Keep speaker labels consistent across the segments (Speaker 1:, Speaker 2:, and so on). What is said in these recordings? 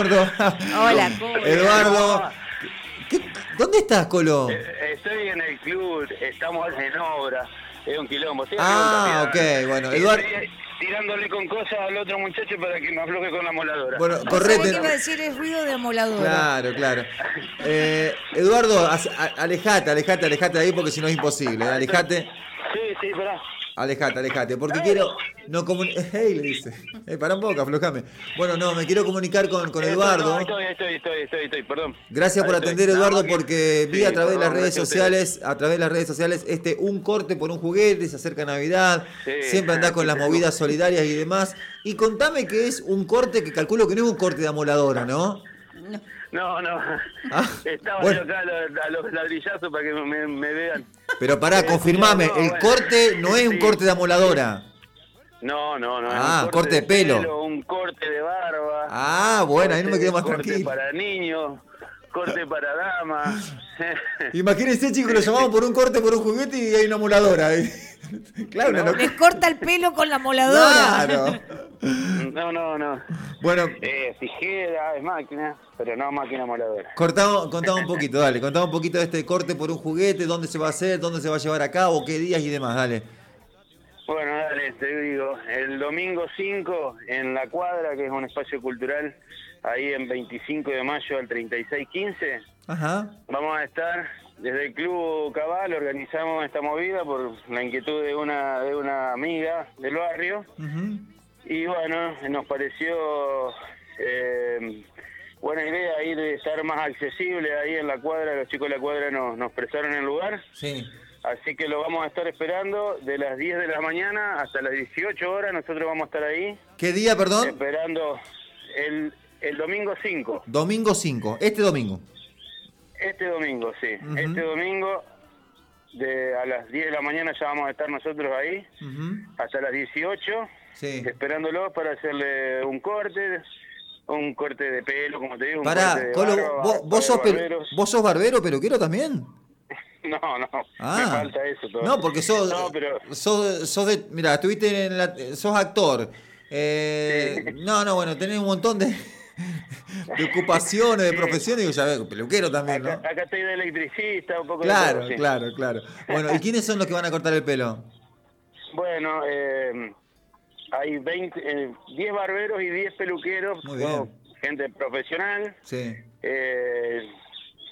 Speaker 1: Hola, Colo.
Speaker 2: Eduardo. ¿Qué- ¿Dónde estás, Colo?
Speaker 3: Eh, Estoy en el club, estamos en obra, es un quilombo. Estoy
Speaker 2: Ah,
Speaker 3: arriba también.
Speaker 2: ok, bueno,
Speaker 3: Y
Speaker 2: Eduardo-
Speaker 3: estoy, eh, tirándole con cosas al otro muchacho para que me afloje con la moladora.
Speaker 2: Bueno,
Speaker 1: ¿Sabés qué
Speaker 2: correte.
Speaker 1: iba a decir? Es ruido de amoladora.
Speaker 2: Claro, claro. Eh, Eduardo, as- a- alejate, alejate, alejate de ahí porque si no es imposible. eh, Alejate,
Speaker 3: Sí, sí, pará.
Speaker 2: alejate, alejate. Porque quiero. No comuni- Hey, le dice. Hey, pará un poco, aflojame. Bueno, no, me quiero comunicar con, con
Speaker 3: Eh,
Speaker 2: Eduardo.
Speaker 3: perdón, Estoy, estoy, estoy, estoy, estoy, perdón.
Speaker 2: Gracias por
Speaker 3: Ahí estoy.
Speaker 2: atender,
Speaker 3: Nada
Speaker 2: Eduardo,
Speaker 3: más que-
Speaker 2: porque vi
Speaker 3: Sí,
Speaker 2: a través de las
Speaker 3: perdón,
Speaker 2: redes
Speaker 3: gracias a ustedes.
Speaker 2: sociales, a través de las redes sociales, este un corte por un juguete, se acerca Navidad,
Speaker 3: Sí.
Speaker 2: siempre andás con las movidas solidarias y demás. Y contame qué es un corte que calculo que no es un corte de amoladora, ¿no?
Speaker 3: No, no.
Speaker 2: Ah,
Speaker 3: Estaba
Speaker 2: bueno.
Speaker 3: yo acá a los, a los ladrillazos para que me, me vean.
Speaker 2: Pero pará,
Speaker 3: Eh,
Speaker 2: confirmame,
Speaker 3: no,
Speaker 2: el
Speaker 3: bueno.
Speaker 2: corte no es un
Speaker 3: Sí.
Speaker 2: corte de amoladora.
Speaker 3: No, no, no.
Speaker 2: Ah,
Speaker 3: es un
Speaker 2: corte de pelo.
Speaker 3: Un corte de barba.
Speaker 2: Ah, bueno, ahí no me
Speaker 3: corte-
Speaker 2: quedo más
Speaker 3: corte
Speaker 2: tranquilo.
Speaker 3: para niños, corte para damas.
Speaker 2: Imagínense, chicos, lo llamamos por un corte por un juguete y hay una amoladora. claro, una
Speaker 1: Les
Speaker 2: locura.
Speaker 1: corta el pelo con la amoladora.
Speaker 2: Claro.
Speaker 3: No, no, no.
Speaker 2: Bueno,
Speaker 3: Eh, tijera, es máquina, pero no máquina moladora.
Speaker 2: Cortamos, contame un poquito, dale, contame un poquito de este corte por un juguete, dónde se va a hacer, dónde se va a llevar a cabo, qué días y demás, dale.
Speaker 3: Bueno, dale, te digo, el domingo 5 en La Cuadra, que es un espacio cultural, ahí en 25 de mayo al 3615,
Speaker 2: Ajá.
Speaker 3: vamos a estar desde el Club Cabal, organizamos esta movida por la inquietud de una, de una amiga del barrio.
Speaker 2: ujú.
Speaker 3: Y bueno, nos pareció eh, buena idea ir de estar más accesible ahí en la cuadra, los chicos de la cuadra nos, nos prestaron el lugar,
Speaker 2: Sí.
Speaker 3: así que lo vamos a estar esperando de las 10 de la mañana hasta las 18 horas, nosotros vamos a estar ahí
Speaker 2: ¿Qué día, perdón?
Speaker 3: esperando el, el domingo 5,
Speaker 2: Domingo 5, este domingo.
Speaker 3: este domingo, sí,
Speaker 2: Ujú.
Speaker 3: este domingo de, a las 10 de la mañana ya vamos a estar nosotros ahí
Speaker 2: Ujú,
Speaker 3: hasta las 18.
Speaker 2: Sí.
Speaker 3: esperándolo para hacerle un corte, un corte de pelo, como te digo, un corte
Speaker 2: Pará,
Speaker 3: de
Speaker 2: Colo,
Speaker 3: barba,
Speaker 2: vos, vos sos
Speaker 3: para
Speaker 2: pel-
Speaker 3: barberos.
Speaker 2: vos sos barbero, peluquero también.
Speaker 3: No, no,
Speaker 2: Ah.
Speaker 3: me falta eso todavía.
Speaker 2: No, porque sos.
Speaker 3: No, pero
Speaker 2: sos, sos de. Mirá, estuviste en la. sos actor. Eh, No, no, bueno, tenés un montón de. de ocupaciones, de profesiones, y ya veo, peluquero también,
Speaker 3: acá,
Speaker 2: ¿no?
Speaker 3: acá estoy de electricista, un poco de
Speaker 2: Claro,
Speaker 3: todo, sí.
Speaker 2: claro, claro. Bueno, ¿y quiénes son los que van a cortar el pelo?
Speaker 3: Bueno, eh, hay 20, eh, 10 barberos y 10 peluqueros,
Speaker 2: Muy bien.
Speaker 3: bueno, gente profesional,
Speaker 2: Sí.
Speaker 3: eh,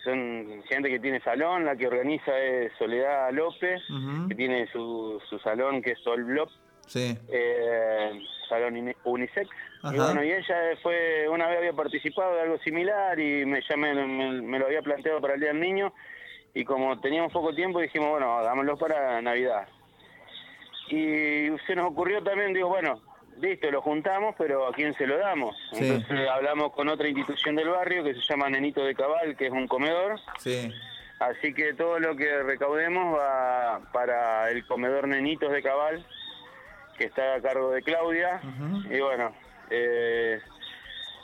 Speaker 3: son gente que tiene salón, la que organiza es Soledad López,
Speaker 2: Ujú.
Speaker 3: que tiene su, su salón que es Sol Blop.
Speaker 2: Sí.
Speaker 3: eh, salón uni- unisex.
Speaker 2: Ajá.
Speaker 3: Y bueno, y ella fue, una vez había participado de algo similar y me, ya me, me- me lo había planteado para el Día del Niño. Y como teníamos poco tiempo, dijimos, bueno, hagámoslo para Navidad. Y se nos ocurrió también, digo, bueno, listo, lo juntamos, pero ¿a quién se lo damos?
Speaker 2: Sí.
Speaker 3: Entonces hablamos con otra institución del barrio que se llama Nenito de Cabal, que es un comedor.
Speaker 2: Sí.
Speaker 3: Así que todo lo que recaudemos va para el comedor Nenitos de Cabal, que está a cargo de Claudia.
Speaker 2: Ujú.
Speaker 3: Y bueno, eh,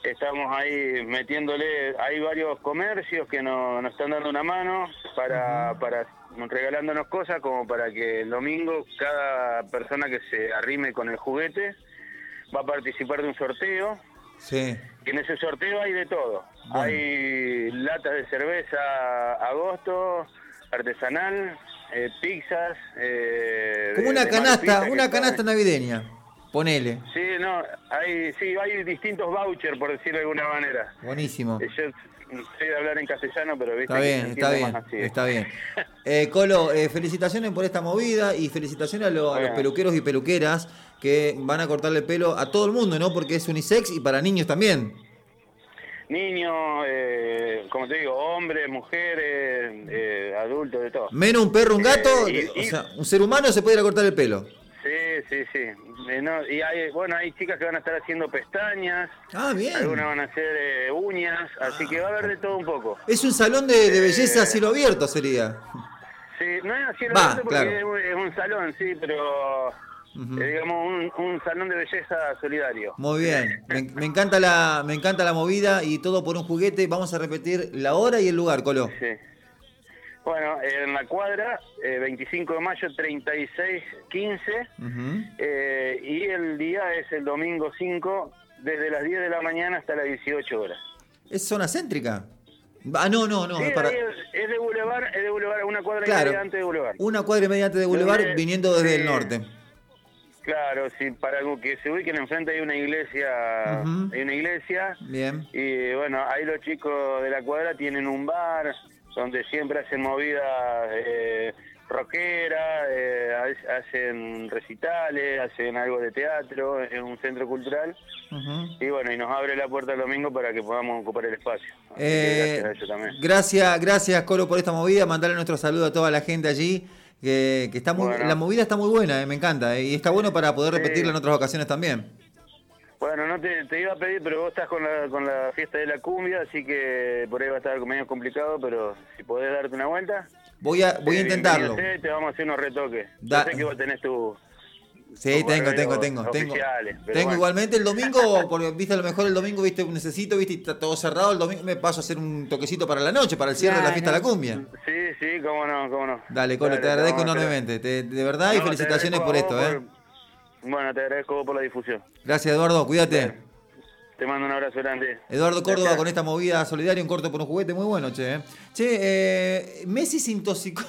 Speaker 3: estamos ahí metiéndole, hay varios comercios que no- nos están dando una mano para, para regalándonos cosas como para que el domingo cada persona que se arrime con el juguete va a participar de un sorteo
Speaker 2: Sí.
Speaker 3: que en ese sorteo hay de todo.
Speaker 2: Bueno.
Speaker 3: Hay latas de cerveza agosto, artesanal, eh, pizzas. eh,
Speaker 2: Como
Speaker 3: de-
Speaker 2: una
Speaker 3: de Malupita
Speaker 2: canasta,
Speaker 3: que
Speaker 2: una
Speaker 3: está-
Speaker 2: canasta navideña. Ponele.
Speaker 3: Sí, no, hay, sí, hay distintos vouchers, por decirlo de alguna manera.
Speaker 2: Buenísimo.
Speaker 3: Eh, Yo sé de hablar en castellano, pero viste
Speaker 2: Está
Speaker 3: que
Speaker 2: bien,
Speaker 3: se
Speaker 2: está
Speaker 3: entiende
Speaker 2: bien,
Speaker 3: más así.
Speaker 2: está bien. Eh, Colo, eh, felicitaciones por esta movida y felicitaciones a, lo- a los
Speaker 3: Bueno.
Speaker 2: peluqueros y peluqueras que van a cortarle el pelo a todo el mundo, ¿no? Porque es unisex y para niños también.
Speaker 3: Niños, eh, como te digo, hombres, mujeres, eh, adultos, de todo.
Speaker 2: Menos un perro, un gato,
Speaker 3: Eh, y-
Speaker 2: o
Speaker 3: y-
Speaker 2: sea, un ser humano se puede ir a cortar el pelo.
Speaker 3: Sí, sí, sí. Eh, no, y hay, bueno, hay chicas que van a estar haciendo pestañas.
Speaker 2: Ah, bien.
Speaker 3: Algunas van a hacer eh, uñas, así que va a haber de todo un poco.
Speaker 2: Es un salón de,
Speaker 3: Eh,
Speaker 2: de belleza a cielo abierto sería.
Speaker 3: Sí, no es así
Speaker 2: Va,
Speaker 3: abierto porque
Speaker 2: claro.
Speaker 3: es un- es un salón, sí, pero
Speaker 2: Ujú.
Speaker 3: eh, digamos un, un salón de belleza solidario.
Speaker 2: Muy bien, me, me encanta la, me encanta la movida y todo por un juguete. Vamos a repetir la hora y el lugar, Colo.
Speaker 3: Sí. Bueno, en la cuadra, eh, 25 de mayo, 3615,
Speaker 2: Ujú.
Speaker 3: eh, y el día es el domingo 5, desde las 10 de la mañana hasta las 18 horas.
Speaker 2: ¿Es zona céntrica? Ah, no, no, no.
Speaker 3: Sí,
Speaker 2: es para-
Speaker 3: ahí es, es de Boulevard, es de Boulevard, a una cuadra y media
Speaker 2: Claro.
Speaker 3: antes de Boulevard.
Speaker 2: Una cuadra y media antes de Boulevard,
Speaker 3: Donde-
Speaker 2: viniendo desde el
Speaker 3: sí.
Speaker 2: norte.
Speaker 3: Claro, sí, para que se ubiquen enfrente hay una iglesia,
Speaker 2: Ujú.
Speaker 3: hay una iglesia
Speaker 2: Bien.
Speaker 3: y bueno, ahí los chicos de la cuadra tienen un bar donde siempre hacen movidas eh, rockeras, eh, ha- hacen recitales, hacen algo de teatro, es un centro cultural
Speaker 2: Ujú.
Speaker 3: y bueno, y nos abre la puerta el domingo para que podamos ocupar el espacio. Así
Speaker 2: Eh,
Speaker 3: que Ah, gracias a eso también.
Speaker 2: gracias, gracias Colo por esta movida. Mandarle nuestro saludo a toda la gente allí. Que, que está muy,
Speaker 3: Bueno.
Speaker 2: La movida está muy buena, eh, me encanta. eh, y está bueno para poder
Speaker 3: Sí.
Speaker 2: repetirla en otras ocasiones también.
Speaker 3: Bueno, no te, te iba a pedir, pero vos estás con la, con la fiesta de la cumbia, así que por ahí va a estar medio complicado, pero si podés darte una vuelta.
Speaker 2: Voy a, voy a
Speaker 3: eh,
Speaker 2: intentarlo.
Speaker 3: bienvenido sea, Te vamos a hacer unos retoques.
Speaker 2: Da-
Speaker 3: Yo sé que vos tenés tu...
Speaker 2: Sí,
Speaker 3: Como
Speaker 2: tengo, tengo,
Speaker 3: barberos
Speaker 2: tengo, tengo.
Speaker 3: oficiales, pero
Speaker 2: Tengo
Speaker 3: bueno.
Speaker 2: igualmente el domingo, porque viste, a lo mejor el domingo, viste, necesito, viste, y está todo cerrado, el domingo me paso a hacer un toquecito para la noche, para el cierre de la
Speaker 1: Claro.
Speaker 2: fiesta de la cumbia.
Speaker 3: Sí, sí, cómo no, cómo no.
Speaker 2: Dale, Colo, te agradezco
Speaker 3: vamos a hacer.
Speaker 2: enormemente, te- de verdad, y
Speaker 3: No, te
Speaker 2: felicitaciones por
Speaker 3: agradezco
Speaker 2: esto,
Speaker 3: a
Speaker 2: ¿eh?
Speaker 3: vos por- Bueno, te agradezco a vos por la difusión.
Speaker 2: Gracias, Eduardo, cuídate.
Speaker 3: Te mando un abrazo grande.
Speaker 2: Eduardo Córdoba
Speaker 3: Gracias.
Speaker 2: con esta movida solidaria, un corto por un juguete, muy bueno, che. ¿eh? Che, eh, Messi se intoxicó